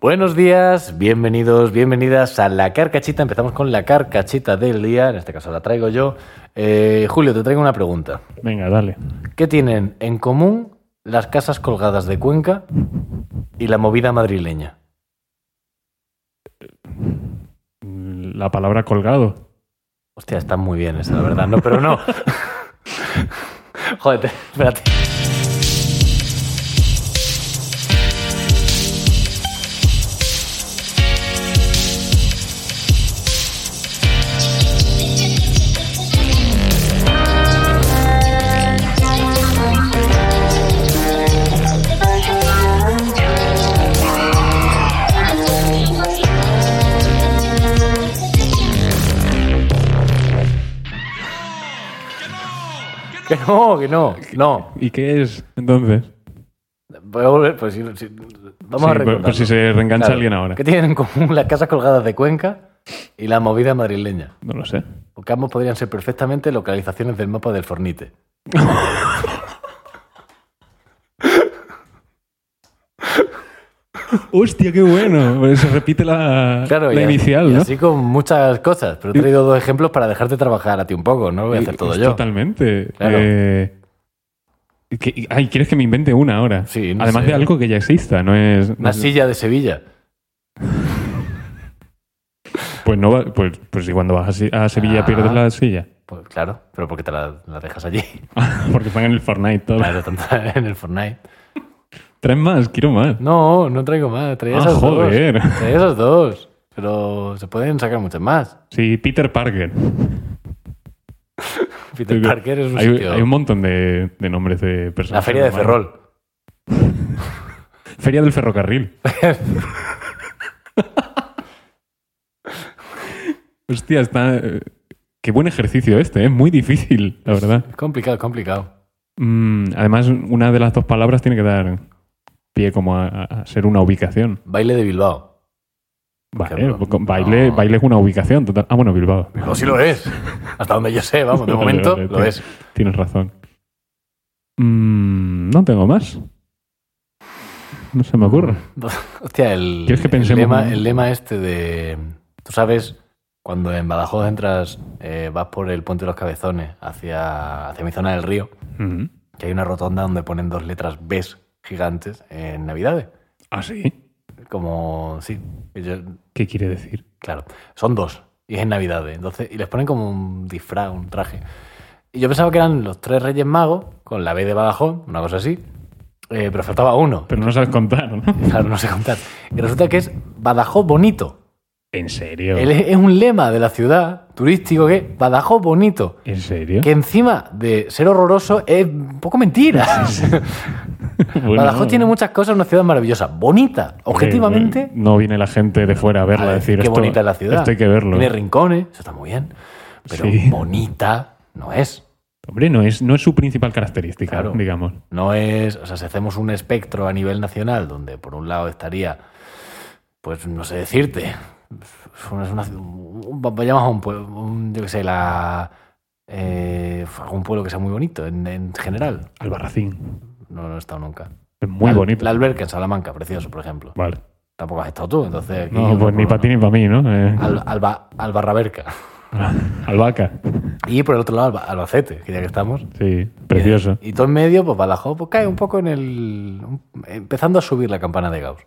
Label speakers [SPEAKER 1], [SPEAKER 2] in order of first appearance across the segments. [SPEAKER 1] Buenos días, bienvenidos, bienvenidas a la carcachita. Empezamos con la carcachita del día, en este caso la traigo yo. Eh, Julio, te traigo una pregunta.
[SPEAKER 2] Venga, dale.
[SPEAKER 1] ¿Qué tienen en común las casas colgadas de Cuenca y la movida madrileña?
[SPEAKER 2] La palabra colgado.
[SPEAKER 1] Hostia, está muy bien esa, la verdad. No, pero no. Joder, te- espérate. Que no, que no, no.
[SPEAKER 2] ¿Y qué es entonces?
[SPEAKER 1] Voy a volver, pues si, si- vamos
[SPEAKER 2] Sí,
[SPEAKER 1] a
[SPEAKER 2] pero-
[SPEAKER 1] recordarlo.
[SPEAKER 2] pero si se reengancha alguien ahora.
[SPEAKER 1] ¿Qué tienen en común las casas colgadas de Cuenca y la movida madrileña?
[SPEAKER 2] No lo sé.
[SPEAKER 1] Porque ambos podrían ser perfectamente localizaciones del mapa del Fornite.
[SPEAKER 2] ¡Hostia, qué bueno! Pues se repite la,
[SPEAKER 1] Claro,
[SPEAKER 2] la
[SPEAKER 1] y a-
[SPEAKER 2] Ah, inicial,
[SPEAKER 1] y
[SPEAKER 2] ¿no?
[SPEAKER 1] Así con muchas cosas, pero he traído dos ejemplos para dejarte trabajar a ti un poco, no lo voy a hacer todo
[SPEAKER 2] Es
[SPEAKER 1] yo.
[SPEAKER 2] Pues Totalmente.
[SPEAKER 1] Claro.
[SPEAKER 2] Eh, que- y- ay, ¿quieres que me invente una ahora?
[SPEAKER 1] Sí, no
[SPEAKER 2] Además
[SPEAKER 1] sé.
[SPEAKER 2] de algo que ya exista, no es. no
[SPEAKER 1] Una
[SPEAKER 2] es-
[SPEAKER 1] silla de Sevilla.
[SPEAKER 2] Pues no va- pues, pues si cuando vas a Si- a, Sevilla
[SPEAKER 1] Ah.
[SPEAKER 2] pierdes la silla.
[SPEAKER 1] Pues claro, pero porque te la, la dejas allí.
[SPEAKER 2] Porque están en el Fortnite todo.
[SPEAKER 1] Claro, tanto en el Fortnite.
[SPEAKER 2] Tres más, quiero más.
[SPEAKER 1] No, no traigo más, traía
[SPEAKER 2] Ah,
[SPEAKER 1] esas
[SPEAKER 2] joder.
[SPEAKER 1] dos. Traía esas dos. Pero se pueden sacar muchas más.
[SPEAKER 2] Sí, Peter Parker.
[SPEAKER 1] Peter Parker es un
[SPEAKER 2] hay,
[SPEAKER 1] sitio.
[SPEAKER 2] hay un montón de, de nombres de
[SPEAKER 1] La
[SPEAKER 2] personas.
[SPEAKER 1] feria de
[SPEAKER 2] humanas.
[SPEAKER 1] Ferrol.
[SPEAKER 2] Feria del ferrocarril. Hostia, está. eh, Qué buen ejercicio este, es muy difícil, la verdad.
[SPEAKER 1] Es complicado, es complicado.
[SPEAKER 2] Mm, además, una de las dos palabras tiene que dar pie como a, a- a ser una ubicación.
[SPEAKER 1] Baile de Bilbao.
[SPEAKER 2] Vale,
[SPEAKER 1] Ejemplo.
[SPEAKER 2] pues con baile,
[SPEAKER 1] No.
[SPEAKER 2] baile es una ubicación total. Ah, bueno, Bilbao.
[SPEAKER 1] Bilbao sí lo es. Hasta donde yo sé, vamos, de
[SPEAKER 2] Vale,
[SPEAKER 1] momento
[SPEAKER 2] vale,
[SPEAKER 1] lo
[SPEAKER 2] tío.
[SPEAKER 1] es.
[SPEAKER 2] Tienes razón. Mm, no tengo más. No se me ocurre.
[SPEAKER 1] Hostia, el,
[SPEAKER 2] ¿Quieres que
[SPEAKER 1] el
[SPEAKER 2] pensemos
[SPEAKER 1] lema,
[SPEAKER 2] en-
[SPEAKER 1] el lema este de... Tú sabes, cuando en Badajoz entras, eh, vas por el puente de los cabezones hacia, hacia mi zona del río,
[SPEAKER 2] Mm.
[SPEAKER 1] que hay una rotonda donde ponen dos letras B gigantes en Navidades.
[SPEAKER 2] ¿Ah, sí?
[SPEAKER 1] Como, sí, que yo-
[SPEAKER 2] ¿Qué quiere decir?
[SPEAKER 1] claro, son dos, y es en Navidades. Entonces, y les ponen como un disfraz, un traje. Y yo pensaba que eran los tres Reyes Magos, con la B de Badajoz, una cosa así, eh, pero faltaba uno.
[SPEAKER 2] Pero no sabes contar, ¿no?
[SPEAKER 1] Claro, no sé contar. Y resulta que es Badajoz Bonito.
[SPEAKER 2] ¿En serio?
[SPEAKER 1] El- es un lema de la ciudad turístico que es Badajoz Bonito.
[SPEAKER 2] ¿En serio?
[SPEAKER 1] Que encima de ser horroroso es un poco mentira.
[SPEAKER 2] Bueno,
[SPEAKER 1] Badajoz tiene muchas cosas, una ciudad maravillosa, bonita, objetivamente.
[SPEAKER 2] eh, no viene la gente de fuera a verla
[SPEAKER 1] a
[SPEAKER 2] a decir
[SPEAKER 1] qué
[SPEAKER 2] esto,
[SPEAKER 1] bonita es la ciudad.
[SPEAKER 2] Esto hay que verlo.
[SPEAKER 1] Tiene rincones, eso está muy bien. Pero
[SPEAKER 2] Sí.
[SPEAKER 1] bonita no es.
[SPEAKER 2] Hombre, no es, no es su principal característica,
[SPEAKER 1] Claro.
[SPEAKER 2] digamos.
[SPEAKER 1] No es, o sea, si hacemos un espectro a nivel nacional, donde por un lado estaría, pues no sé decirte, es una, es una- un- vayamos a un pueblo, yo qué sé, la, eh, algún pueblo que sea muy bonito en, en general.
[SPEAKER 2] Albarracín.
[SPEAKER 1] No, no he estado nunca.
[SPEAKER 2] Es muy
[SPEAKER 1] La-
[SPEAKER 2] bonito.
[SPEAKER 1] La alberca en Salamanca, precioso, por ejemplo.
[SPEAKER 2] Vale.
[SPEAKER 1] Tampoco has estado tú, entonces. aquí
[SPEAKER 2] No,
[SPEAKER 1] yo
[SPEAKER 2] pues ni
[SPEAKER 1] creo,
[SPEAKER 2] para ti
[SPEAKER 1] ¿no?
[SPEAKER 2] ni para mí, ¿no? Eh,
[SPEAKER 1] Al- Alba, Albarraberca.
[SPEAKER 2] Albahaca.
[SPEAKER 1] Y por el otro lado, Alba- Albacete, que ya que estamos.
[SPEAKER 2] Sí, precioso.
[SPEAKER 1] Y, todo en medio, pues Badajoz pues, cae un poco en el. un- empezando a subir la campana de Gauss.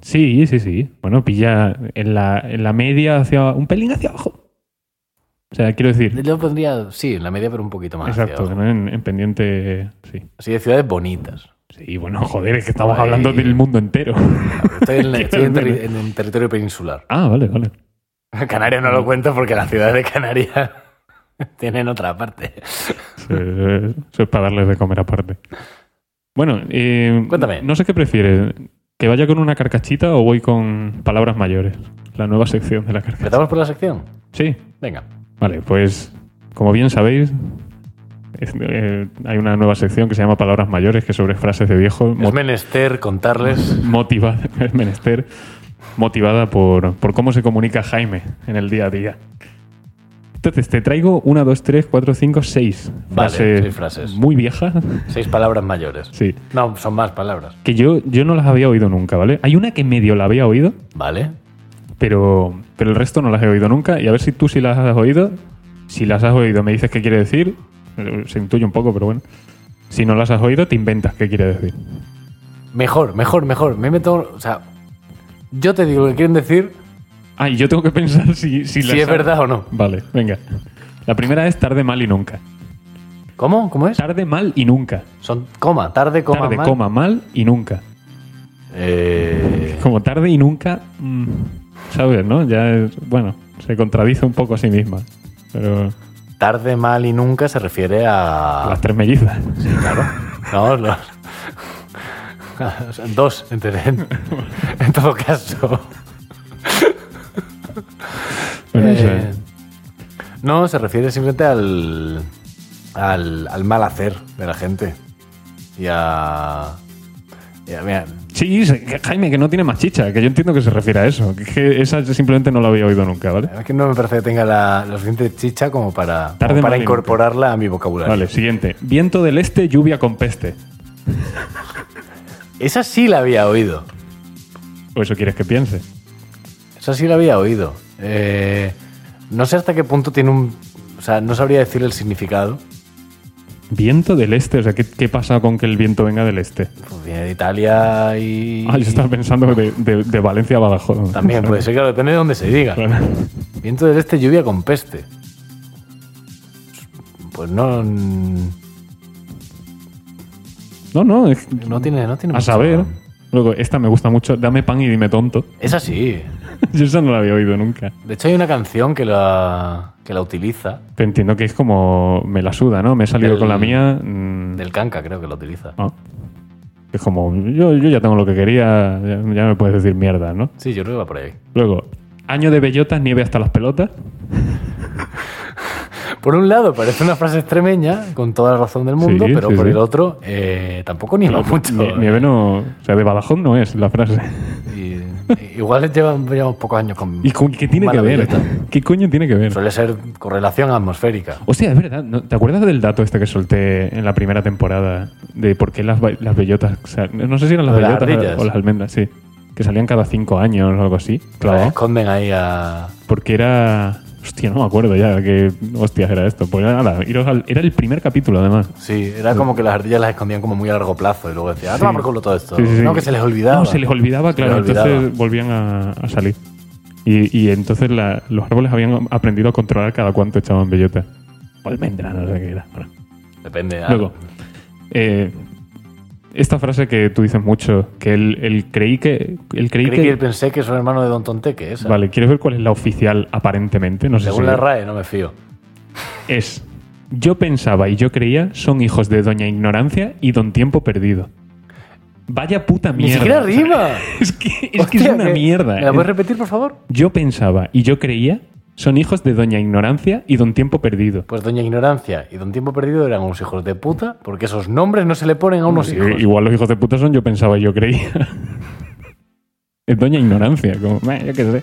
[SPEAKER 2] Sí, sí, sí. Bueno, pilla en la, en la media hacia... Un pelín hacia abajo. O sea, quiero decir...
[SPEAKER 1] Yo pondría, sí, en la media, pero un poquito más. hacia
[SPEAKER 2] Exacto,
[SPEAKER 1] abajo.
[SPEAKER 2] ¿no? en, en pendiente... eh, Sí.
[SPEAKER 1] Así de ciudades bonitas.
[SPEAKER 2] Sí, bueno, joder, es que estamos
[SPEAKER 1] Ay.
[SPEAKER 2] hablando del mundo entero.
[SPEAKER 1] Estoy en, estoy en terri-
[SPEAKER 2] Bueno.
[SPEAKER 1] en- en territorio peninsular.
[SPEAKER 2] ah, vale, vale.
[SPEAKER 1] Canarias no lo cuento porque las ciudades de Canarias tienen otra parte.
[SPEAKER 2] Sí, Eso es para darles de comer aparte. Bueno, eh,
[SPEAKER 1] Cuéntame.
[SPEAKER 2] No sé qué prefieres, que vaya con una carcachita o voy con palabras mayores. La nueva sección de la carcachita.
[SPEAKER 1] ¿Empezamos por la sección?
[SPEAKER 2] Sí,
[SPEAKER 1] Venga.
[SPEAKER 2] vale, pues como bien sabéis, es- eh, hay una nueva sección que se llama Palabras Mayores, que sobre frases de viejos
[SPEAKER 1] Es menester contarles.
[SPEAKER 2] motivada, es menester, motivada por, por cómo se comunica Jaime en el día a día. Entonces, te traigo una, dos, tres, cuatro, cinco, seis
[SPEAKER 1] Vale,
[SPEAKER 2] frases,
[SPEAKER 1] seis frases.
[SPEAKER 2] muy viejas.
[SPEAKER 1] Seis palabras mayores.
[SPEAKER 2] Sí.
[SPEAKER 1] No, son más palabras.
[SPEAKER 2] Que yo, yo no las había oído nunca, ¿vale? Hay una que medio la había oído,
[SPEAKER 1] Vale.
[SPEAKER 2] pero, pero el resto no las he oído nunca. Y a ver si tú sí las has oído. Si las has oído, me dices qué quiere decir. Eh, Se intuye un poco, pero bueno. Si no las has oído, te inventas qué quiere decir.
[SPEAKER 1] Mejor, mejor, mejor. Me meto. O sea, yo te digo lo que quieren decir,
[SPEAKER 2] Ah, y yo tengo que pensar si, si, las
[SPEAKER 1] si es
[SPEAKER 2] has-
[SPEAKER 1] verdad o no.
[SPEAKER 2] Vale, venga. La primera es tarde mal y nunca.
[SPEAKER 1] ¿Cómo? ¿Cómo es?
[SPEAKER 2] Tarde mal y nunca.
[SPEAKER 1] Son coma, tarde, coma,
[SPEAKER 2] tarde,
[SPEAKER 1] mal.
[SPEAKER 2] coma, mal y nunca.
[SPEAKER 1] Eh,
[SPEAKER 2] Como tarde y nunca, mm, ¿sabes, no? Ya es, bueno, se contradice un poco a sí misma. Pero
[SPEAKER 1] tarde, mal y nunca se refiere a.
[SPEAKER 2] las tres mellizas.
[SPEAKER 1] Claro. No, los. Dos, en, en- en todo caso.
[SPEAKER 2] Bueno, eso
[SPEAKER 1] Eh,
[SPEAKER 2] es.
[SPEAKER 1] no, se refiere simplemente al, al, al mal hacer de la gente. Y a... y a- mira,
[SPEAKER 2] Sí, se- que- Jaime, que no tiene más chicha, que yo entiendo que se refiere a eso. Que, es que esa yo simplemente no la había oído nunca, ¿vale?
[SPEAKER 1] es que no me parece que tenga la, la suficiente chicha como para, como
[SPEAKER 2] Tarde,
[SPEAKER 1] para
[SPEAKER 2] mal y
[SPEAKER 1] incorporarla a mi vocabulario.
[SPEAKER 2] Vale, siguiente. Viento del este, lluvia con peste.
[SPEAKER 1] Esa sí la había oído.
[SPEAKER 2] ¿O eso quieres que piense?
[SPEAKER 1] Esa sí la había oído. Eh, no sé hasta qué punto tiene un... O sea, no sabría decir el significado.
[SPEAKER 2] Viento del este, o sea, ¿qué, qué pasa con que el viento venga del este?
[SPEAKER 1] Pues viene de Italia y...
[SPEAKER 2] Ah, yo estaba pensando de, de- de Valencia a Badajoz.
[SPEAKER 1] También puede ser, claro, depende de dónde se diga.
[SPEAKER 2] Claro.
[SPEAKER 1] Viento del este, lluvia con peste. Pues no. mm,
[SPEAKER 2] No, no, es-
[SPEAKER 1] No tiene. No tiene
[SPEAKER 2] a
[SPEAKER 1] mucho-
[SPEAKER 2] saber. Luego, esta me gusta mucho. Dame pan y dime tonto.
[SPEAKER 1] Es así.
[SPEAKER 2] Yo esa no la había oído nunca.
[SPEAKER 1] De hecho, hay una canción que la, que la utiliza.
[SPEAKER 2] Te entiendo que es como me la suda, ¿no? Me he salido
[SPEAKER 1] Del-
[SPEAKER 2] con la mía. mm,
[SPEAKER 1] Del canca, creo que la utiliza.
[SPEAKER 2] no. Es como, yo, yo ya tengo lo que quería, ya, ya me puedes decir mierda, ¿no?
[SPEAKER 1] Sí, yo creo que va por ahí.
[SPEAKER 2] Luego, año de bellotas, nieve hasta las pelotas.
[SPEAKER 1] Por un lado, parece una frase extremeña, con toda la razón del mundo,
[SPEAKER 2] Sí,
[SPEAKER 1] pero
[SPEAKER 2] sí,
[SPEAKER 1] por
[SPEAKER 2] sí.
[SPEAKER 1] el otro, eh, tampoco ni lo eh. mucho.
[SPEAKER 2] Nie- Nieve no. O sea, de Badajoz no es la frase.
[SPEAKER 1] Y- igual llevan- llevamos pocos años con.
[SPEAKER 2] ¿Y con qué tiene
[SPEAKER 1] con
[SPEAKER 2] que ver?
[SPEAKER 1] maravilla.
[SPEAKER 2] ¿Qué coño tiene que ver?
[SPEAKER 1] Suele ser correlación atmosférica.
[SPEAKER 2] O sea, es verdad. ¿no? ¿Te acuerdas del dato este que solté en la primera temporada? De por qué las, ba- las bellotas... o sea, no sé si eran las
[SPEAKER 1] Las
[SPEAKER 2] bellotas
[SPEAKER 1] ardillas.
[SPEAKER 2] o las almendras, sí. Que salían cada cinco años o algo así. Claro.
[SPEAKER 1] Esconden ahí a.
[SPEAKER 2] Porque era... Hostia, no me acuerdo ya qué hostias era esto. Pues nada, iros al- era el primer capítulo además.
[SPEAKER 1] Sí, era como que las ardillas las escondían como muy a largo plazo y luego decían, ah,
[SPEAKER 2] Sí.
[SPEAKER 1] toma por culo todo esto.
[SPEAKER 2] Sí, sí, sí.
[SPEAKER 1] No, que se les olvidaba.
[SPEAKER 2] No, se les olvidaba,
[SPEAKER 1] Se
[SPEAKER 2] claro.
[SPEAKER 1] les olvidaba.
[SPEAKER 2] Entonces volvían a, a salir. Y, y entonces la- los árboles habían aprendido a controlar cada cuánto echaban bellotas. O almendra, no sé qué era. Bueno.
[SPEAKER 1] Depende. ah,
[SPEAKER 2] Luego, eh, esta frase que tú dices mucho, que él, él creí que... Él creí
[SPEAKER 1] Creí que...
[SPEAKER 2] que-
[SPEAKER 1] pensé que es un hermano de Don Tonteque, esa.
[SPEAKER 2] Vale, pues ¿quieres ver cuál es la oficial aparentemente? No sé
[SPEAKER 1] Según
[SPEAKER 2] si
[SPEAKER 1] la RAE, no me fío.
[SPEAKER 2] es... Yo pensaba y yo creía son hijos de Doña Ignorancia y Don Tiempo Perdido. Vaya puta mierda.
[SPEAKER 1] Ni siquiera
[SPEAKER 2] O sea,
[SPEAKER 1] arriba.
[SPEAKER 2] Es que es, que es una mierda.
[SPEAKER 1] ¿Me la puedes repetir, por favor?
[SPEAKER 2] Yo pensaba y yo creía son hijos de Doña Ignorancia y Don Tiempo Perdido.
[SPEAKER 1] Pues Doña Ignorancia y Don Tiempo Perdido eran unos hijos de puta, porque esos nombres no se le ponen a unos hijos.
[SPEAKER 2] I- Igual los hijos de puta son yo pensaba y yo creía. es doña ignorancia, como, "Meh, yo qué sé.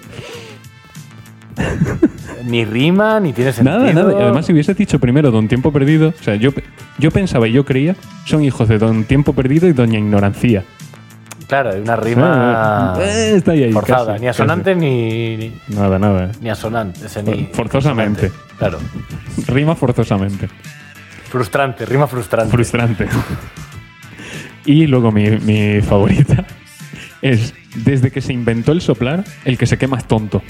[SPEAKER 1] Ni rima, ni tiene sentido.
[SPEAKER 2] Nada, nada. Y además, si hubieses dicho primero don tiempo perdido, o sea, yo, pe- yo pensaba y yo creía, son hijos de don tiempo perdido y doña ignorancia.
[SPEAKER 1] Claro, hay una rima
[SPEAKER 2] Eh, está ahí, ahí,
[SPEAKER 1] forzada.
[SPEAKER 2] casi,
[SPEAKER 1] ni asonante ni, ni,
[SPEAKER 2] casi. Nada, nada. eh.
[SPEAKER 1] ni asonante. ese ni-
[SPEAKER 2] Forzosamente.
[SPEAKER 1] Claro.
[SPEAKER 2] Rima forzosamente.
[SPEAKER 1] Frustrante, rima frustrante.
[SPEAKER 2] Frustrante. y luego mi, mi favorita es, desde que se inventó el soplar, el que se quema es tonto.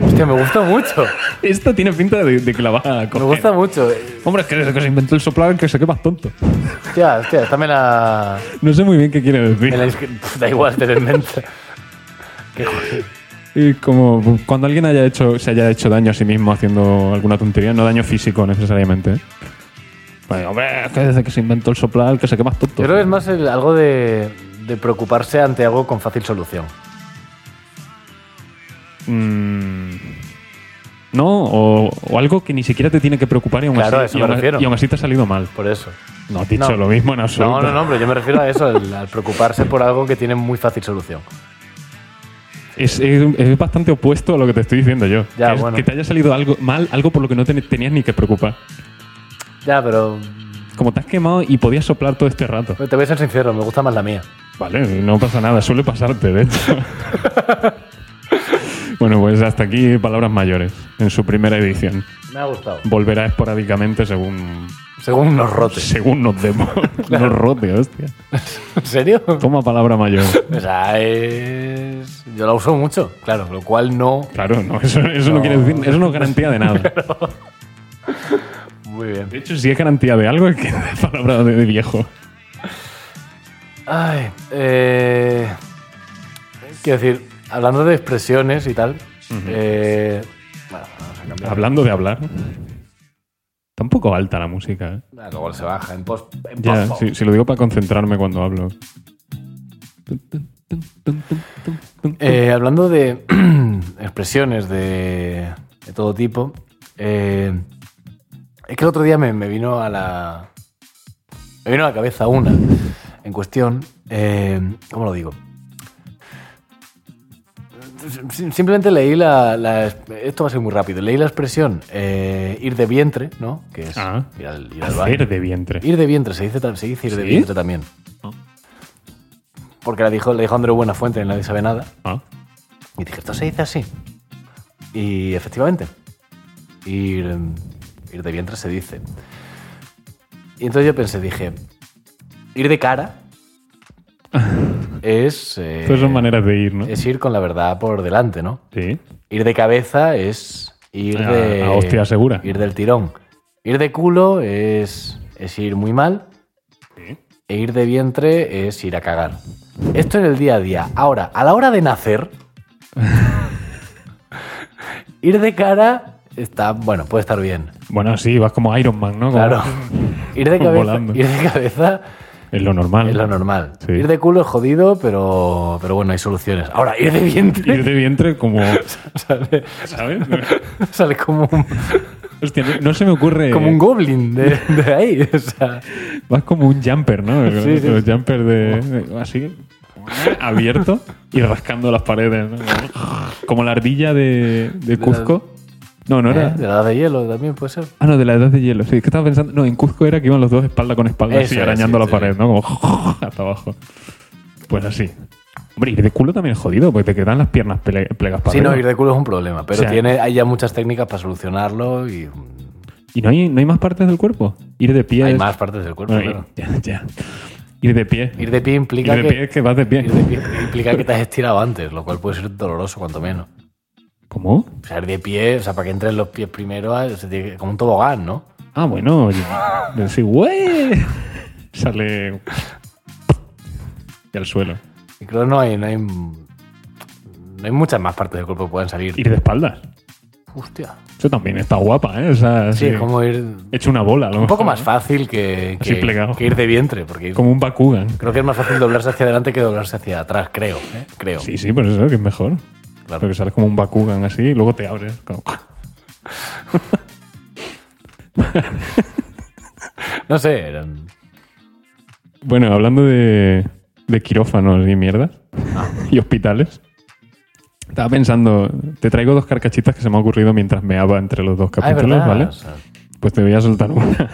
[SPEAKER 1] Hostia, me gusta mucho.
[SPEAKER 2] Esto tiene pinta de, de que la vas a
[SPEAKER 1] Me
[SPEAKER 2] coger.
[SPEAKER 1] gusta mucho.
[SPEAKER 2] Hombre, es que desde que se inventó el soplar, el que se quema es tonto.
[SPEAKER 1] Hostia, hostia, esta me la.
[SPEAKER 2] No sé muy bien qué quiere
[SPEAKER 1] me la
[SPEAKER 2] decir.
[SPEAKER 1] inscri- Pff, da igual, te lo invento. Qué joder.
[SPEAKER 2] Y como cuando alguien haya hecho, se haya hecho daño a sí mismo haciendo alguna tontería, no daño físico necesariamente. ¿eh? Pues, hombre, es que desde que se inventó el soplar, el que se quema es tonto.
[SPEAKER 1] Yo creo que es más el- algo de, de preocuparse ante algo con fácil solución.
[SPEAKER 2] Mm, no, o, o algo que ni siquiera te tiene que preocupar y aún,
[SPEAKER 1] Claro, a
[SPEAKER 2] así,
[SPEAKER 1] eso
[SPEAKER 2] y
[SPEAKER 1] me
[SPEAKER 2] aún-
[SPEAKER 1] refiero.
[SPEAKER 2] y aún así te ha salido mal.
[SPEAKER 1] Por eso.
[SPEAKER 2] No has dicho
[SPEAKER 1] No.
[SPEAKER 2] lo mismo en absoluto.
[SPEAKER 1] No, no, no, pero yo me refiero a eso, al, al preocuparse por algo que tiene muy fácil solución.
[SPEAKER 2] Es, es- es bastante opuesto a lo que te estoy diciendo yo.
[SPEAKER 1] Ya,
[SPEAKER 2] que, es-
[SPEAKER 1] bueno.
[SPEAKER 2] que te haya salido algo mal, algo por lo que no te- tenías ni que preocupar.
[SPEAKER 1] Ya, pero
[SPEAKER 2] Como te has quemado y podías soplar todo este rato.
[SPEAKER 1] pero te voy a ser sincero, me gusta más la mía.
[SPEAKER 2] Vale, no pasa nada, suele pasarte, de hecho. bueno, pues hasta aquí palabras mayores en su primera edición.
[SPEAKER 1] Me ha gustado.
[SPEAKER 2] Volverá esporádicamente según,
[SPEAKER 1] Según los rotes.
[SPEAKER 2] según nos demos. Nos rote, hostia.
[SPEAKER 1] ¿En serio?
[SPEAKER 2] Toma palabra mayor.
[SPEAKER 1] O sea, es... Yo la uso mucho, claro, lo cual no...
[SPEAKER 2] Claro, no, eso, eso no.
[SPEAKER 1] No.
[SPEAKER 2] quiere decir, eso no es garantía de nada.
[SPEAKER 1] Muy
[SPEAKER 2] De
[SPEAKER 1] bien.
[SPEAKER 2] hecho, si es garantía de algo, es que es palabra de viejo.
[SPEAKER 1] Ay, eh... Quiero decir, hablando de expresiones y tal... eh, Bueno, vamos a cambiar.
[SPEAKER 2] Hablando de hablar. Tampoco alta la música, ¿eh?
[SPEAKER 1] Ah, Luego se baja en post. En
[SPEAKER 2] Ya,
[SPEAKER 1] post-
[SPEAKER 2] si, si lo digo para concentrarme cuando hablo.
[SPEAKER 1] Eh, hablando de expresiones de, de todo tipo, eh, es que el otro día me, me vino a la. Me vino a la cabeza una en cuestión. eh, ¿Cómo lo digo? Sim- Simplemente leí la, la- Esto va a ser muy rápido. Leí la expresión eh, ir de vientre, ¿no? Que es
[SPEAKER 2] Ah.
[SPEAKER 1] ir al, ir al baño.
[SPEAKER 2] Hacer de vientre.
[SPEAKER 1] Ir de vientre, se dice, ta- se dice ir de
[SPEAKER 2] ¿Sí? Ah.
[SPEAKER 1] vientre también.
[SPEAKER 2] No.
[SPEAKER 1] Porque la dijo, le dijo Andreu Buenafuente en Nadie Sabe Nada.
[SPEAKER 2] Ah,
[SPEAKER 1] Y dije, esto se dice así. Y efectivamente, ir, ir de vientre se dice. Y entonces yo pensé, dije, ir de cara es, eh,
[SPEAKER 2] Todas Pues son maneras de ir, ¿no?
[SPEAKER 1] es ir con la verdad por delante, ¿no?
[SPEAKER 2] Sí.
[SPEAKER 1] Ir de cabeza es ir
[SPEAKER 2] A-
[SPEAKER 1] de.
[SPEAKER 2] a hostia segura.
[SPEAKER 1] Ir del tirón. Ir de culo es, es ir muy mal. E ir de vientre es ir a cagar. Esto en el día a día. Ahora, a la hora de nacer. ir de cara está. Bueno, puede estar bien.
[SPEAKER 2] Bueno, sí, vas como Iron Man, ¿no? Como-
[SPEAKER 1] Claro. Ir de cabeza.
[SPEAKER 2] Volando.
[SPEAKER 1] Ir de cabeza
[SPEAKER 2] Es lo normal.
[SPEAKER 1] es lo normal.
[SPEAKER 2] Sí.
[SPEAKER 1] Ir de culo es jodido, pero, pero bueno, hay soluciones. Ahora, ir de vientre.
[SPEAKER 2] Ir de vientre como...
[SPEAKER 1] sale,
[SPEAKER 2] ¿Sabes?
[SPEAKER 1] sale como un.
[SPEAKER 2] Hostia, no- no se me ocurre...
[SPEAKER 1] como un goblin de, de ahí. O sea,
[SPEAKER 2] Vas como un jumper, ¿no?
[SPEAKER 1] Sí, sí.
[SPEAKER 2] Los jumpers de, de- así, abierto y rascando las paredes. ¿no? Como la ardilla de, de Cuzco. No, no
[SPEAKER 1] ¿eh?
[SPEAKER 2] era.
[SPEAKER 1] De la edad de hielo también puede ser.
[SPEAKER 2] Ah, no, de la edad de hielo. Sí, es que estaba pensando. No, en Cuzco era que iban los dos espalda con espalda
[SPEAKER 1] Eso
[SPEAKER 2] así,
[SPEAKER 1] es,
[SPEAKER 2] arañando
[SPEAKER 1] sí,
[SPEAKER 2] la
[SPEAKER 1] sí.
[SPEAKER 2] pared, ¿no? Como hasta abajo. Pues así. Hombre, ir de culo también es jodido, porque te quedan las piernas pele- plegas para
[SPEAKER 1] Sí, no,
[SPEAKER 2] arriba.
[SPEAKER 1] ir de culo es un problema, pero
[SPEAKER 2] O sea,
[SPEAKER 1] tiene, hay ya muchas técnicas para solucionarlo y mm,
[SPEAKER 2] ¿Y no hay, no hay más partes del cuerpo? Ir de pie
[SPEAKER 1] hay
[SPEAKER 2] es-
[SPEAKER 1] más partes del cuerpo,
[SPEAKER 2] Bueno,
[SPEAKER 1] claro.
[SPEAKER 2] ir, ya, ya. Ir de pie.
[SPEAKER 1] Ir de pie
[SPEAKER 2] Ir
[SPEAKER 1] implica
[SPEAKER 2] de pie
[SPEAKER 1] que
[SPEAKER 2] es que vas de pie.
[SPEAKER 1] ir de pie implica que te has estirado antes, lo cual puede ser doloroso cuanto menos.
[SPEAKER 2] ¿Cómo?
[SPEAKER 1] O sea, ir de pie, o sea, para que entren los pies primero, ah, se tiene que- como un tobogán, ¿no?
[SPEAKER 2] Ah, bueno, oye. Decir, güey. Sale. Y al suelo.
[SPEAKER 1] Y creo que no hay, no hay, no hay muchas más partes del cuerpo que puedan salir.
[SPEAKER 2] Ir de espaldas.
[SPEAKER 1] Hostia.
[SPEAKER 2] Eso también está guapa, ¿eh? O sea,
[SPEAKER 1] Sí,
[SPEAKER 2] así,
[SPEAKER 1] es como ir un
[SPEAKER 2] Hecho una bola, a lo
[SPEAKER 1] poco
[SPEAKER 2] mejor,
[SPEAKER 1] más
[SPEAKER 2] ¿no?
[SPEAKER 1] fácil que,
[SPEAKER 2] Así
[SPEAKER 1] que-
[SPEAKER 2] plegado.
[SPEAKER 1] que ir de vientre, porque ir-
[SPEAKER 2] Como un Bakugan.
[SPEAKER 1] Creo que es más fácil doblarse hacia adelante que doblarse hacia atrás, creo. ¿eh? Creo.
[SPEAKER 2] Sí, sí, por eso que es mejor.
[SPEAKER 1] Claro.
[SPEAKER 2] Porque sales como un Bakugan así y luego te abres. como-
[SPEAKER 1] No sé, eran-
[SPEAKER 2] Bueno, hablando de, de quirófanos y mierdas
[SPEAKER 1] Ah.
[SPEAKER 2] y hospitales, estaba pensando, te traigo dos carcachitas que se me ha ocurrido mientras meaba entre los dos
[SPEAKER 1] Ah, es
[SPEAKER 2] capítulos,
[SPEAKER 1] verdad,
[SPEAKER 2] ¿vale?
[SPEAKER 1] o sea,
[SPEAKER 2] Pues te voy a soltar una.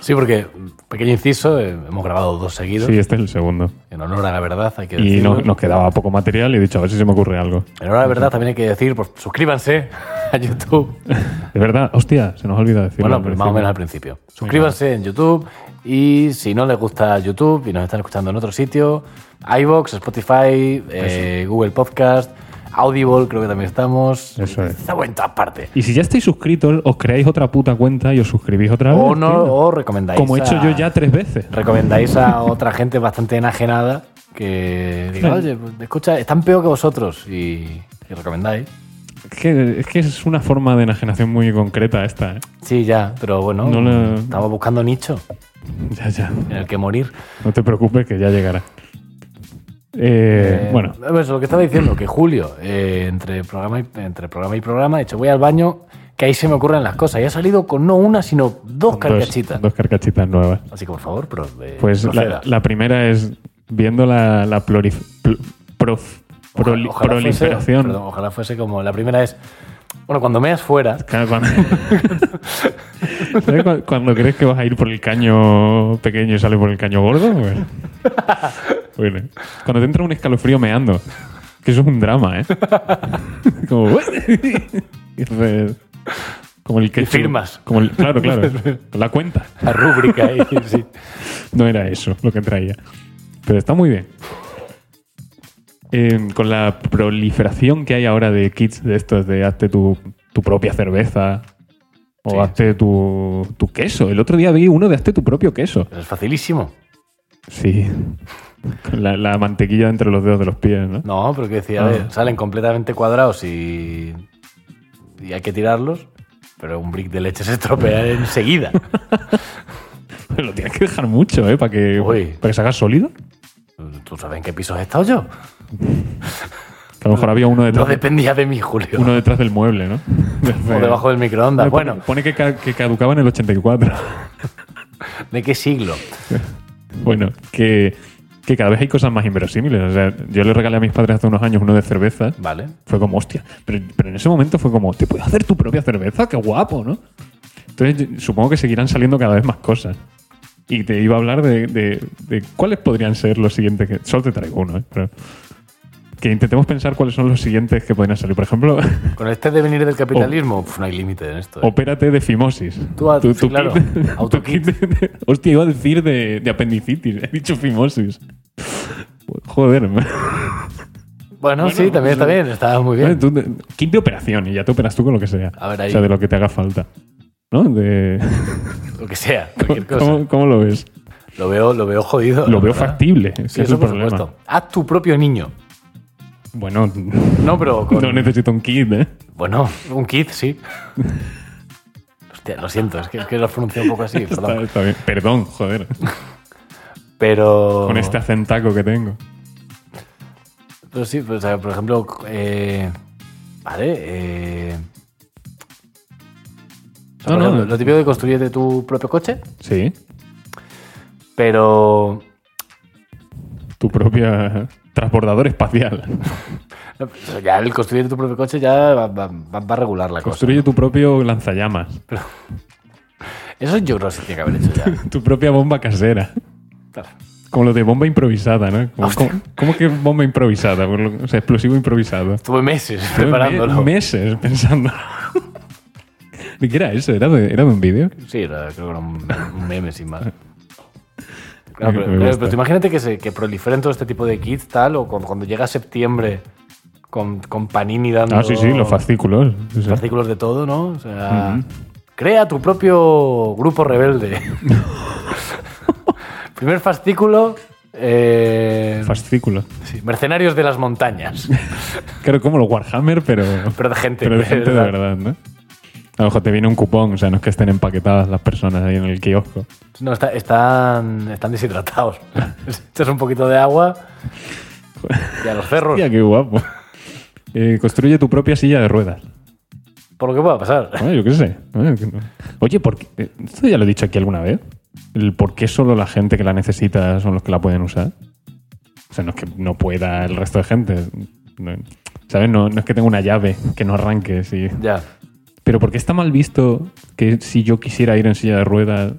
[SPEAKER 1] sí, porque, mm, pequeño inciso, eh, hemos grabado dos seguidos.
[SPEAKER 2] Sí, este es el segundo.
[SPEAKER 1] En honor a la verdad, hay que
[SPEAKER 2] Y
[SPEAKER 1] decirlo.
[SPEAKER 2] no- nos quedaba poco material y he dicho, a ver si se me ocurre algo.
[SPEAKER 1] En honor a la verdad también hay que decir, pues suscríbanse a YouTube.
[SPEAKER 2] De verdad, hostia, se nos ha olvidado decirlo.
[SPEAKER 1] Bueno, pero más o menos al principio. Suscríbanse en YouTube y si no les gusta YouTube y nos están escuchando en otro sitio, iVoox, Spotify, eh, Google Podcast, Audible, creo que también estamos.
[SPEAKER 2] Eso es.
[SPEAKER 1] Está bueno en todas partes.
[SPEAKER 2] Y si ya estáis suscritos, os creáis otra puta cuenta y os suscribís otra vez.
[SPEAKER 1] O, Oh, no,
[SPEAKER 2] tío.
[SPEAKER 1] o recomendáis.
[SPEAKER 2] Como he hecho
[SPEAKER 1] a-
[SPEAKER 2] yo ya tres veces.
[SPEAKER 1] Recomendáis a otra gente bastante enajenada que diga, oye, pues, escucha, están peor que vosotros y, y recomendáis.
[SPEAKER 2] Es que, es que es una forma de enajenación muy concreta esta, ¿eh?
[SPEAKER 1] Sí, ya, pero bueno,
[SPEAKER 2] No le-
[SPEAKER 1] estamos buscando nicho
[SPEAKER 2] Ya, ya.
[SPEAKER 1] en el que morir.
[SPEAKER 2] No te preocupes que ya llegará. Eh,
[SPEAKER 1] Eh,
[SPEAKER 2] bueno,
[SPEAKER 1] pues, lo que estaba diciendo, que Julio, eh, entre, programa y, entre programa y programa, de hecho, voy al baño, que ahí se me ocurren las cosas. Y ha salido con no una, sino dos carcachitas.
[SPEAKER 2] Dos, dos carcachitas nuevas.
[SPEAKER 1] Así que, por favor, pro- eh,
[SPEAKER 2] Pues
[SPEAKER 1] proceda.
[SPEAKER 2] la, la primera es viendo la, la plorif- pl- prof- Proli- proliferación.
[SPEAKER 1] Fuese, perdón, ojalá fuese como. La primera es. Bueno, cuando meas fuera.
[SPEAKER 2] Claro, cuando, ¿Sabes cu- cuando crees que vas a ir por el caño pequeño y sale por el caño gordo? Bueno. Bueno. Cuando te entra un escalofrío meando. Que eso es un drama, ¿eh? Como... y haces- Como el que
[SPEAKER 1] firmas.
[SPEAKER 2] Como el- claro, claro. La cuenta.
[SPEAKER 1] La rúbrica ahí, sí.
[SPEAKER 2] No era eso lo que traía. Pero está muy bien. Eh, con la proliferación que hay ahora de kits de estos, de hazte tu, tu propia cerveza o
[SPEAKER 1] Sí.
[SPEAKER 2] hazte tu, tu queso. El otro día vi uno de hazte tu propio queso.
[SPEAKER 1] Pero es facilísimo.
[SPEAKER 2] Sí. Con la, la mantequilla entre los dedos de los pies, ¿no?
[SPEAKER 1] No, pero que decía,
[SPEAKER 2] Ah.
[SPEAKER 1] a ver, salen completamente cuadrados y. y hay que tirarlos. Pero un brick de leche se estropea enseguida.
[SPEAKER 2] Lo tienes que dejar mucho, ¿eh? Para que,
[SPEAKER 1] Uy.
[SPEAKER 2] para que se haga sólido.
[SPEAKER 1] ¿Tú sabes en qué pisos he estado yo?
[SPEAKER 2] Que a lo mejor había uno
[SPEAKER 1] No
[SPEAKER 2] detrás,
[SPEAKER 1] dependía de mí, Julio.
[SPEAKER 2] uno detrás del mueble, ¿no?
[SPEAKER 1] o debajo del microondas.
[SPEAKER 2] Pone-
[SPEAKER 1] Bueno,
[SPEAKER 2] Pone que, ca- que caducaba en el 84.
[SPEAKER 1] ¿de qué siglo?
[SPEAKER 2] Bueno, que, que cada vez hay cosas más inverosímiles. O sea, yo le regalé a mis padres hace unos años uno de cerveza.
[SPEAKER 1] Vale.
[SPEAKER 2] Fue como, hostia. Pero, pero en ese momento fue como, ¿te puedes hacer tu propia cerveza? ¡Qué guapo, ¿no? Entonces yo- supongo que seguirán saliendo cada vez más cosas. Y te iba a hablar de, de- de cuáles podrían ser los siguientes que... Solo te traigo uno, ¿eh? Pero que intentemos pensar cuáles son los siguientes que podrían salir. Por ejemplo,
[SPEAKER 1] Con este devenir del
[SPEAKER 2] Oh.
[SPEAKER 1] capitalismo, pf, no hay límite en esto. ¿eh?
[SPEAKER 2] opérate de fimosis.
[SPEAKER 1] Tú a- sí, claro.
[SPEAKER 2] kit- tu
[SPEAKER 1] Autokit.
[SPEAKER 2] kit de- hostia, iba a decir de, de apendicitis. He dicho fimosis. Joder. man.
[SPEAKER 1] Bueno,
[SPEAKER 2] Bueno,
[SPEAKER 1] sí, también está bien, está muy bien.
[SPEAKER 2] Tú te- kit de operación y ya te operas tú con lo que sea.
[SPEAKER 1] A ver, ahí.
[SPEAKER 2] O sea, de lo que te haga falta. ¿No? De,
[SPEAKER 1] Lo que sea, cualquier cosa.
[SPEAKER 2] ¿Cómo, cómo lo ves?
[SPEAKER 1] Lo veo, lo veo jodido.
[SPEAKER 2] Lo
[SPEAKER 1] la
[SPEAKER 2] veo
[SPEAKER 1] verdad.
[SPEAKER 2] factible. ese
[SPEAKER 1] Sí,
[SPEAKER 2] es
[SPEAKER 1] eso
[SPEAKER 2] el
[SPEAKER 1] por
[SPEAKER 2] problema.
[SPEAKER 1] supuesto. Haz tu propio niño.
[SPEAKER 2] Bueno,
[SPEAKER 1] No, pero con...
[SPEAKER 2] no necesito un kit, ¿eh?
[SPEAKER 1] Bueno, un kit, sí. Hostia, lo siento, es que, es que lo pronuncié un poco así,
[SPEAKER 2] Está,
[SPEAKER 1] perdón.
[SPEAKER 2] está bien. Perdón, joder.
[SPEAKER 1] Pero...
[SPEAKER 2] Con este acentaco que tengo.
[SPEAKER 1] Pero sí, pues, o sea, por ejemplo, eh, vale, eh, o sea,
[SPEAKER 2] No,
[SPEAKER 1] por
[SPEAKER 2] no.
[SPEAKER 1] ejemplo, lo típico de construirte tu propio coche,
[SPEAKER 2] Sí.
[SPEAKER 1] pero
[SPEAKER 2] Tu propia transbordador espacial.
[SPEAKER 1] no, pero ya el construir tu propio coche ya va, va- va- va a regular la
[SPEAKER 2] Construye tu propio lanzallamas.
[SPEAKER 1] cosa. Eso yo creo que se tiene que haber hecho ya.
[SPEAKER 2] Tu propia bomba casera.
[SPEAKER 1] Claro.
[SPEAKER 2] Como lo de bomba improvisada, ¿no? Como-
[SPEAKER 1] Hostia.
[SPEAKER 2] como- ¿Cómo que bomba improvisada? Por lo- O sea, explosivo improvisado.
[SPEAKER 1] Estuve meses
[SPEAKER 2] Tuve me-
[SPEAKER 1] preparándolo.
[SPEAKER 2] meses pensando. ¿De qué era eso? ¿Era de, era de un vídeo?
[SPEAKER 1] Sí, era- creo que era un, un meme sin más.
[SPEAKER 2] Me-
[SPEAKER 1] Claro, pero,
[SPEAKER 2] me
[SPEAKER 1] pero-
[SPEAKER 2] gusta.
[SPEAKER 1] pero tú imagínate que, se, que proliferen todo este tipo de kits, tal, o cu- cuando llega septiembre con, con Panini dando.
[SPEAKER 2] Ah, sí, sí, los fascículos. O sea,
[SPEAKER 1] artículos de todo, ¿no? O sea, crea tu propio grupo rebelde. Primer fascículo, eh,
[SPEAKER 2] fascículos.
[SPEAKER 1] sí, mercenarios de las montañas,
[SPEAKER 2] Claro, como los Warhammer, pero,
[SPEAKER 1] pero de gente,
[SPEAKER 2] pero de gente de verdad, ¿no? A lo mejor te viene un cupón, o sea, no es que estén empaquetadas las personas ahí en el kiosco.
[SPEAKER 1] No, está- están, están deshidratados. Les Echas un poquito de agua y a los cerros,
[SPEAKER 2] Hostia, qué guapo. Eh, construye tu propia silla de ruedas.
[SPEAKER 1] por lo que pueda pasar.
[SPEAKER 2] Ah, yo qué sé. Ah, que no. Oye, ¿por qué? eh, esto ya lo he dicho aquí alguna vez. El por qué solo la gente que la necesita son los que la pueden usar. O sea, no es que no pueda el resto de gente. No- ¿Sabes? No, no es que tenga una llave que no arranque. Sí.
[SPEAKER 1] Ya.
[SPEAKER 2] Pero ¿por qué está mal visto que si yo quisiera ir en silla de ruedas...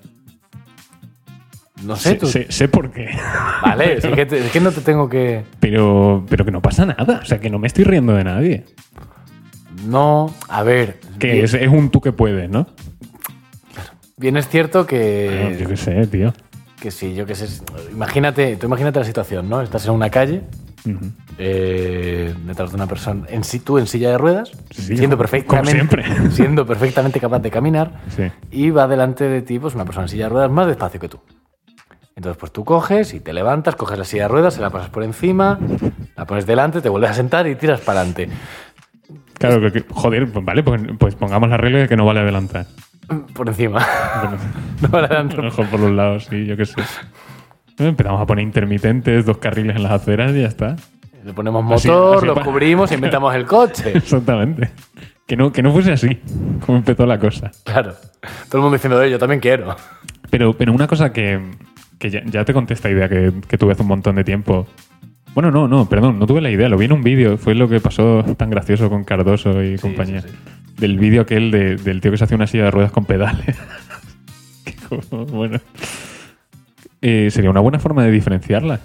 [SPEAKER 1] No sé, tú.
[SPEAKER 2] sé, sé por qué.
[SPEAKER 1] Vale, es que, te- es que no te tengo que.
[SPEAKER 2] Pero, pero que no pasa nada. O sea, que no me estoy riendo de nadie.
[SPEAKER 1] No, a ver.
[SPEAKER 2] Que
[SPEAKER 1] bien-
[SPEAKER 2] es, es un tú que puedes, ¿no?
[SPEAKER 1] Bien es cierto que.
[SPEAKER 2] Bueno, Ah, yo qué sé, tío.
[SPEAKER 1] que sí, yo qué sé. Imagínate, tú imagínate la situación, ¿no? Estás en una calle,
[SPEAKER 2] Ujú.
[SPEAKER 1] eh, detrás de una persona, en, si- tú en silla de ruedas,
[SPEAKER 2] Sí,
[SPEAKER 1] siendo,
[SPEAKER 2] como-
[SPEAKER 1] perfectamente,
[SPEAKER 2] como siempre.
[SPEAKER 1] siendo perfectamente capaz de caminar,
[SPEAKER 2] Sí.
[SPEAKER 1] y va delante de ti pues, una persona en silla de ruedas más despacio que tú. Entonces, pues tú coges y te levantas, coges la silla de ruedas, se la pasas por encima, la pones delante, te vuelves a sentar y tiras para adelante.
[SPEAKER 2] Claro, que- que- joder, pues vale, pues, pues pongamos la regla de que no vale adelantar.
[SPEAKER 1] Por encima.
[SPEAKER 2] Bueno,
[SPEAKER 1] No, para
[SPEAKER 2] a
[SPEAKER 1] adelante.
[SPEAKER 2] lo mejor por los lados, sí, yo qué sé. Eh, Empezamos a poner intermitentes, dos carriles en las aceras y ya está.
[SPEAKER 1] Le ponemos
[SPEAKER 2] Así-
[SPEAKER 1] motor,
[SPEAKER 2] así
[SPEAKER 1] lo
[SPEAKER 2] pa-
[SPEAKER 1] cubrimos y inventamos el coche.
[SPEAKER 2] Exactamente. Que no, que no fuese así, como empezó la cosa.
[SPEAKER 1] Claro. Todo el mundo diciendo, "Oye, yo también quiero.
[SPEAKER 2] Pero, pero una cosa que, que ya, ya te conté esta idea que, que tuve hace un montón de tiempo, Bueno, no, no, perdón, no tuve la idea, lo vi en un vídeo, fue lo que pasó tan gracioso con Cardoso y compañía.
[SPEAKER 1] sí,
[SPEAKER 2] Del vídeo aquel de- del tío que se hace una silla de ruedas con pedales. Que como, bueno. Eh, sería una buena forma de diferenciarla.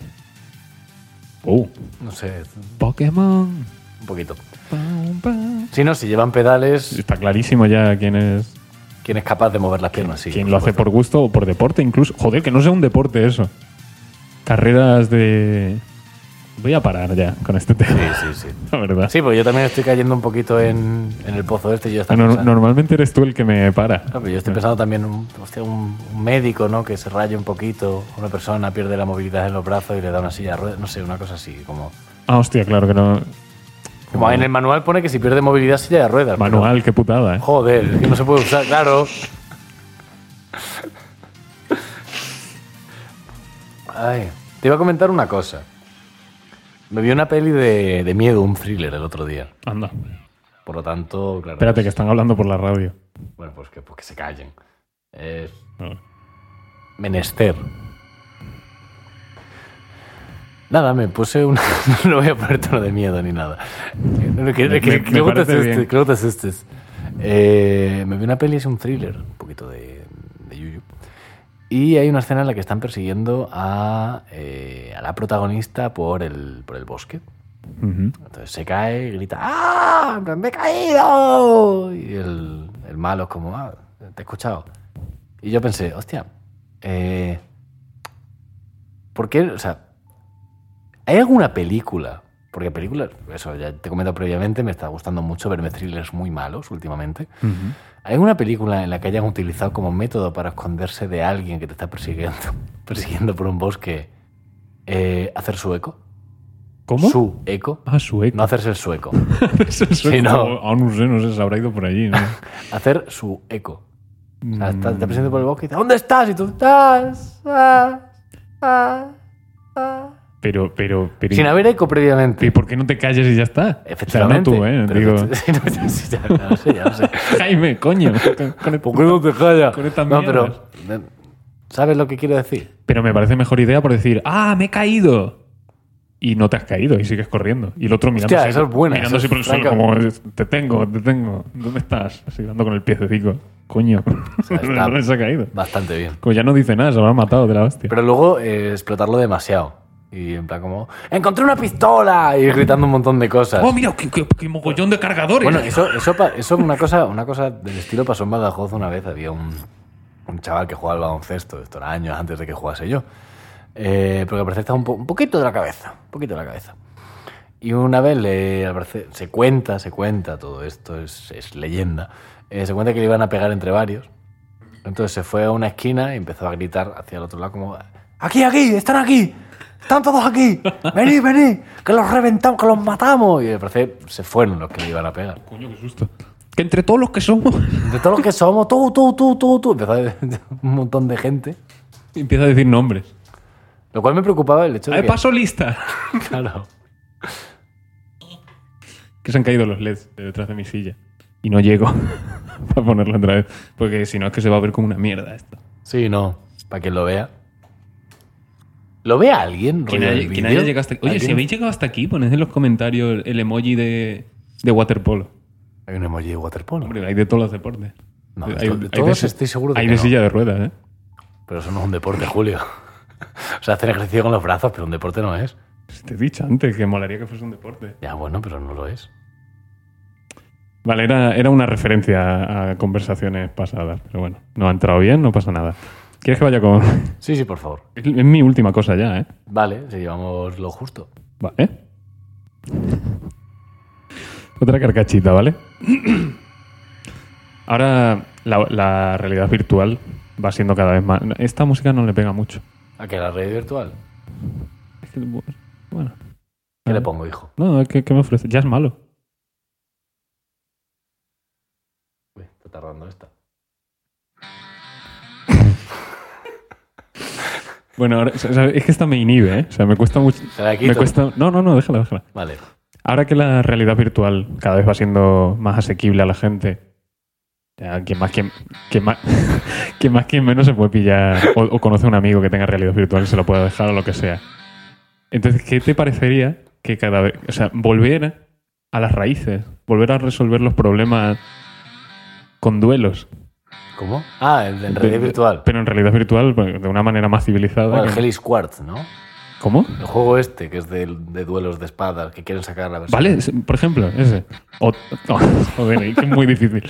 [SPEAKER 2] Oh,
[SPEAKER 1] No sé,
[SPEAKER 2] Pokémon.
[SPEAKER 1] un poquito.
[SPEAKER 2] Pam, pam.
[SPEAKER 1] Si no, si llevan pedales,
[SPEAKER 2] Está clarísimo ya quién es.
[SPEAKER 1] ¿quién es capaz de mover las piernas? Sí,
[SPEAKER 2] quien
[SPEAKER 1] por
[SPEAKER 2] lo hace
[SPEAKER 1] supuesto.
[SPEAKER 2] por gusto o por deporte incluso. Joder, que no sea un deporte eso. Carreras de... Voy a parar ya con este tema,
[SPEAKER 1] Sí, sí, sí.
[SPEAKER 2] la verdad.
[SPEAKER 1] Sí, porque yo también estoy cayendo un poquito en, en el pozo este. Yo,
[SPEAKER 2] Ah,
[SPEAKER 1] estaba
[SPEAKER 2] no-
[SPEAKER 1] pensando-
[SPEAKER 2] normalmente eres tú el que me para.
[SPEAKER 1] Claro, pero yo estoy pensando también un, hostia, un, un médico, ¿no? Que se raya un poquito, una persona pierde la movilidad en los brazos y le da una silla de ruedas, no sé, una cosa así, como...
[SPEAKER 2] Ah, hostia, claro que no.
[SPEAKER 1] Como en el manual pone que si pierde movilidad silla de ruedas. pero-
[SPEAKER 2] Manual, qué putada. ¿eh?
[SPEAKER 1] Joder, es que no se puede usar, claro. Ay, te iba a comentar una cosa. Me vi una peli de, de miedo, un thriller el otro día.
[SPEAKER 2] Anda.
[SPEAKER 1] Por lo tanto, claro.
[SPEAKER 2] Espérate, que están hablando por la radio.
[SPEAKER 1] Bueno, pues que, pues que se callen. Es
[SPEAKER 2] Vale.
[SPEAKER 1] menester. Nada, me puse una. no voy a poner tono de miedo ni nada. Que- que-
[SPEAKER 2] Me-
[SPEAKER 1] que-
[SPEAKER 2] me-
[SPEAKER 1] que
[SPEAKER 2] me
[SPEAKER 1] luego te
[SPEAKER 2] parece
[SPEAKER 1] asustes,
[SPEAKER 2] bien.
[SPEAKER 1] que luego te asustes. este. Eh, me vi una peli, es un thriller, un poquito de, de yuyu. Y hay una escena en la que están persiguiendo a, eh, a la protagonista por el, por el bosque.
[SPEAKER 2] Ujú.
[SPEAKER 1] Entonces se cae, grita, ¡ah! En plan, ¡Me he caído! Y el, el malo es como, ¡ah! Te he escuchado. Y yo pensé, hostia, eh, ¿por qué? O sea, ¿hay alguna película? Porque películas, eso ya te he comentado previamente, me está gustando mucho verme thrillers muy malos últimamente.
[SPEAKER 2] Ujú.
[SPEAKER 1] ¿Hay alguna película en la que hayan utilizado como método para esconderse de alguien que te está persiguiendo, persiguiendo por un bosque, eh, hacer su eco?
[SPEAKER 2] ¿Cómo?
[SPEAKER 1] Su eco.
[SPEAKER 2] Ah, sueco.
[SPEAKER 1] No hacerse el sueco.
[SPEAKER 2] Eso es sueco.
[SPEAKER 1] Sí, no.
[SPEAKER 2] Ah, no sé, no sé, se habrá ido por allí. ¿no?
[SPEAKER 1] hacer su eco. O sea, Ah, está- te
[SPEAKER 2] Mm.
[SPEAKER 1] presento por el bosque y dice, ¿dónde estás? Y tú estás. ah, ah, ah".
[SPEAKER 2] Pero, pero, pero.
[SPEAKER 1] Sin haber eco previamente.
[SPEAKER 2] ¿Y por qué no te calles y ya está?
[SPEAKER 1] Efectivamente.
[SPEAKER 2] O sea, no tú, ¿eh?
[SPEAKER 1] Pero
[SPEAKER 2] Digo,
[SPEAKER 1] que- sí, no, ya- sí, ya- ya lo sé, ya lo sé.
[SPEAKER 2] Jaime, coño. con- con este el-
[SPEAKER 1] te callas?
[SPEAKER 2] Con estas
[SPEAKER 1] No,
[SPEAKER 2] mierdas.
[SPEAKER 1] pero. eh, ¿Sabes lo que quiero decir?
[SPEAKER 2] Pero me parece mejor idea por decir, ¡ah, me he caído! Y no te has caído y sigues corriendo. Y el otro mirando
[SPEAKER 1] Hostia, esa es buena,
[SPEAKER 2] mirándose
[SPEAKER 1] esa
[SPEAKER 2] por
[SPEAKER 1] es
[SPEAKER 2] el suelo
[SPEAKER 1] franca.
[SPEAKER 2] como, te tengo, te tengo. ¿Dónde estás? Así dando con el piececico. Coño,
[SPEAKER 1] sea, está-
[SPEAKER 2] no se ha caído.
[SPEAKER 1] Bastante bien.
[SPEAKER 2] Como ya no dice nada, se lo han matado de la hostia.
[SPEAKER 1] Pero luego eh, explotarlo demasiado. Y en plan como. ¡Encontré una pistola! Y gritando un montón de cosas.
[SPEAKER 2] ¡Oh, mira, qué, qué- qué mogollón de cargadores!
[SPEAKER 1] Bueno, eso, eso, pa- eso una cosa, una cosa del estilo pasó en Badajoz una vez. Había un, un chaval que jugaba al baloncesto, esto era años antes de que jugase yo. Eh, porque al parecer estaba un, po- un poquito de la cabeza, un poquito de la cabeza. Y una vez le, al parecer, se cuenta, se cuenta, todo esto es, es leyenda. eh, se cuenta que le iban a pegar entre varios. Entonces se fue a una esquina y empezó a gritar hacia el otro lado como ¡Aquí, aquí! ¡Están aquí! ¡Están todos aquí! ¡Venid, venid! ¡Que los reventamos, que los matamos! Y al parecer se fueron los que le iban a pegar.
[SPEAKER 2] Coño, qué susto. Que entre todos los que somos...
[SPEAKER 1] De todos los que somos, tú, tú, tú, tú, tú. Empezó a- un montón de gente.
[SPEAKER 2] Empieza a decir nombres.
[SPEAKER 1] Lo cual me preocupaba el hecho de
[SPEAKER 2] ¡Ahí
[SPEAKER 1] que...
[SPEAKER 2] paso lista!
[SPEAKER 1] Claro.
[SPEAKER 2] que se han caído los LEDs de detrás de mi silla. Y no llego para ponerlo otra vez. Porque si no es que se va a ver como una mierda esto.
[SPEAKER 1] Sí, no. Para que lo vea. ¿Lo ve alguien?
[SPEAKER 2] Quien
[SPEAKER 1] rollo
[SPEAKER 2] haya,
[SPEAKER 1] del
[SPEAKER 2] quien
[SPEAKER 1] vídeo?
[SPEAKER 2] haya llegado hasta aquí. Oye, si
[SPEAKER 1] ¿Alguien?
[SPEAKER 2] habéis llegado hasta aquí, poned en los comentarios el emoji de, de waterpolo.
[SPEAKER 1] Hay un emoji de waterpolo.
[SPEAKER 2] Hombre, hay de todos los deportes.
[SPEAKER 1] No,
[SPEAKER 2] hay,
[SPEAKER 1] de to- de
[SPEAKER 2] hay
[SPEAKER 1] todos
[SPEAKER 2] si-
[SPEAKER 1] estoy seguro de
[SPEAKER 2] Hay
[SPEAKER 1] que
[SPEAKER 2] de
[SPEAKER 1] no.
[SPEAKER 2] silla de ruedas, ¿eh?
[SPEAKER 1] Pero eso no es un deporte, Julio. o sea, hacer ejercicio con los brazos, pero un deporte no es.
[SPEAKER 2] Si Pues te he dicho antes que molaría que fuese un deporte.
[SPEAKER 1] Ya, bueno, pero no lo es.
[SPEAKER 2] Vale, era, era una referencia a, a conversaciones pasadas. Pero bueno, no ha entrado bien, no pasa nada. ¿Quieres que vaya con...?
[SPEAKER 1] Sí, sí, por favor.
[SPEAKER 2] Es es mi última cosa ya, ¿eh?
[SPEAKER 1] Vale, si llevamos lo justo.
[SPEAKER 2] Vale. Otra carcachita, ¿vale? Ahora la, la realidad virtual va siendo cada vez más... Esta música no le pega mucho.
[SPEAKER 1] ¿A que la red virtual?
[SPEAKER 2] Es que, Bueno.
[SPEAKER 1] ¿Qué le pongo, hijo?
[SPEAKER 2] No, ¿qué, qué me ofrece? Ya es malo.
[SPEAKER 1] Uy, está tardando esta.
[SPEAKER 2] Bueno, ahora- o sea, es que esta me inhibe, ¿eh? O sea, me cuesta mucho...
[SPEAKER 1] Se la
[SPEAKER 2] Me
[SPEAKER 1] quito.
[SPEAKER 2] cuesta... No, no, no, déjala, déjala.
[SPEAKER 1] Vale.
[SPEAKER 2] Ahora que la realidad virtual cada vez va siendo más asequible a la gente, ya, quien más quien, quien más, quien más quien menos se puede pillar o, o conoce a un amigo que tenga realidad virtual y se lo pueda dejar o lo que sea. Entonces, ¿qué te parecería que cada vez, o sea, volver a las raíces, volver a resolver los problemas con duelos?
[SPEAKER 1] ¿Cómo? Ah, en, en
[SPEAKER 2] De-
[SPEAKER 1] realidad
[SPEAKER 2] de-
[SPEAKER 1] virtual.
[SPEAKER 2] Pero en realidad virtual, pues, de una manera más civilizada.
[SPEAKER 1] Bueno, el
[SPEAKER 2] que-
[SPEAKER 1] Hellish Quartz, ¿no?
[SPEAKER 2] ¿Cómo?
[SPEAKER 1] El juego este, que es de, de duelos de espadas, que quieren sacar la versión.
[SPEAKER 2] ¿Vale? es- Por ejemplo, ese. O, o- joder, es que es muy difícil.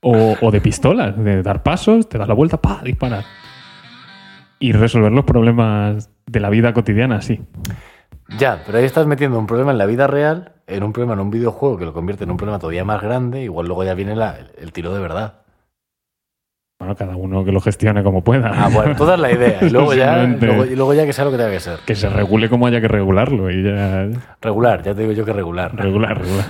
[SPEAKER 2] O, o de pistolas, de dar pasos, te das la vuelta, pa, disparas. Y resolver los problemas de la vida cotidiana, sí.
[SPEAKER 1] Ya, pero ahí estás metiendo un problema en la vida real, en un problema en un videojuego que lo convierte en un problema todavía más grande, igual luego ya viene la- el, el tiro de verdad.
[SPEAKER 2] Bueno, cada uno que lo gestione como pueda.
[SPEAKER 1] Ah, bueno, toda es la idea. Y luego, ya,
[SPEAKER 2] Simplemente-
[SPEAKER 1] luego, y luego ya que sea lo que tenga que ser.
[SPEAKER 2] Que se regule como haya que regularlo. Y ya.
[SPEAKER 1] Regular, ya te digo yo que regular.
[SPEAKER 2] Regular, regular.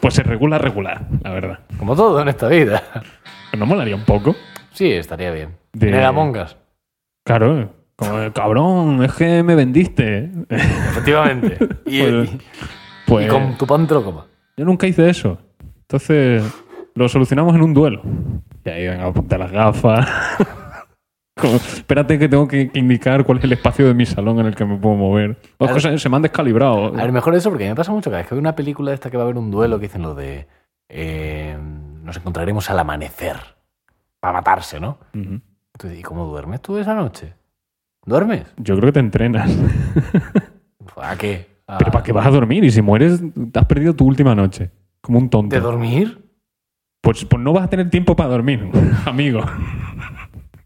[SPEAKER 2] Pues se regula regular, la verdad.
[SPEAKER 1] Como todo en esta vida.
[SPEAKER 2] ¿No molaría un poco?
[SPEAKER 1] Sí, estaría bien.
[SPEAKER 2] De-
[SPEAKER 1] En el Among Us,
[SPEAKER 2] Claro. Como, cabrón, es que me vendiste.
[SPEAKER 1] efectivamente. Y,
[SPEAKER 2] Pues-
[SPEAKER 1] y-
[SPEAKER 2] Pues.
[SPEAKER 1] y con tu pan te lo comas.
[SPEAKER 2] Yo nunca hice eso. Entonces, lo solucionamos en un duelo. Y ahí, venga, ponte las gafas. Como, espérate que tengo que, que indicar cuál es el espacio de mi salón en el que me puedo mover. O es que se, se me han descalibrado.
[SPEAKER 1] A lo mejor eso, porque me pasa mucho cada vez que veo una película de esta que va a haber un duelo que dicen lo de eh, nos encontraremos al amanecer para matarse, ¿no?
[SPEAKER 2] Ujú.
[SPEAKER 1] Entonces, ¿y cómo duermes tú esa noche? ¿Duermes?
[SPEAKER 2] Yo creo que te entrenas.
[SPEAKER 1] ¿A qué? ¿A-
[SPEAKER 2] Pero ¿para qué vas a dormir? Y si mueres, te has perdido tu última noche. Como un
[SPEAKER 1] ¿De
[SPEAKER 2] tonto.
[SPEAKER 1] dormir?
[SPEAKER 2] Pues, pues no vas a tener tiempo para dormir, amigo.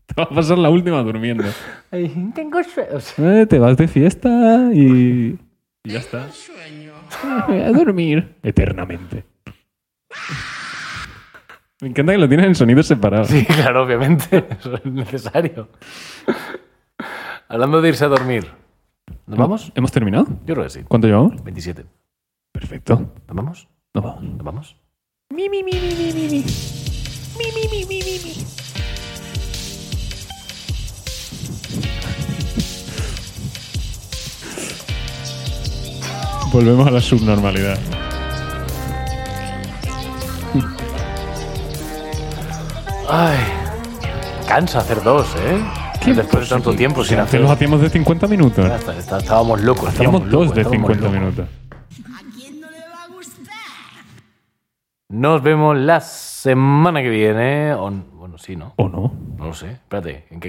[SPEAKER 2] Te vas a pasar la última durmiendo.
[SPEAKER 1] Ay, tengo sueños.
[SPEAKER 2] Eh, te vas de fiesta y. y ya está. Voy a dormir. Eternamente. Me encanta que lo tienen en sonidos separados.
[SPEAKER 1] Sí, claro, obviamente. Eso es necesario. Hablando de irse a dormir. ¿Nos vamos?
[SPEAKER 2] ¿Hemos terminado?
[SPEAKER 1] Yo creo que sí.
[SPEAKER 2] ¿Cuánto llevamos?
[SPEAKER 1] 27.
[SPEAKER 2] Perfecto.
[SPEAKER 1] ¿Nos vamos?
[SPEAKER 2] Nos vamos.
[SPEAKER 1] ¿Nos vamos?
[SPEAKER 3] Mi, mi, mi, mi, mi, mi, mi. Mi, mi, mi, mi, mi, mi.
[SPEAKER 2] Volvemos a la subnormalidad.
[SPEAKER 1] Ay, cansa hacer dos, ¿eh? Después de tanto tiempo sin
[SPEAKER 2] Antes
[SPEAKER 1] hacer...
[SPEAKER 2] los hacíamos de 50 minutos.
[SPEAKER 1] Ya está, está- estábamos locos. Estábamos
[SPEAKER 2] Hacíamos dos
[SPEAKER 1] locos,
[SPEAKER 2] de
[SPEAKER 1] estábamos
[SPEAKER 2] 50
[SPEAKER 1] locos.
[SPEAKER 2] minutos.
[SPEAKER 4] ¿A quién no le va a gustar?
[SPEAKER 1] Nos vemos la semana que viene. o n- bueno, sí, ¿no?
[SPEAKER 2] ¿O no?
[SPEAKER 1] No lo sé. Espérate, ¿en qué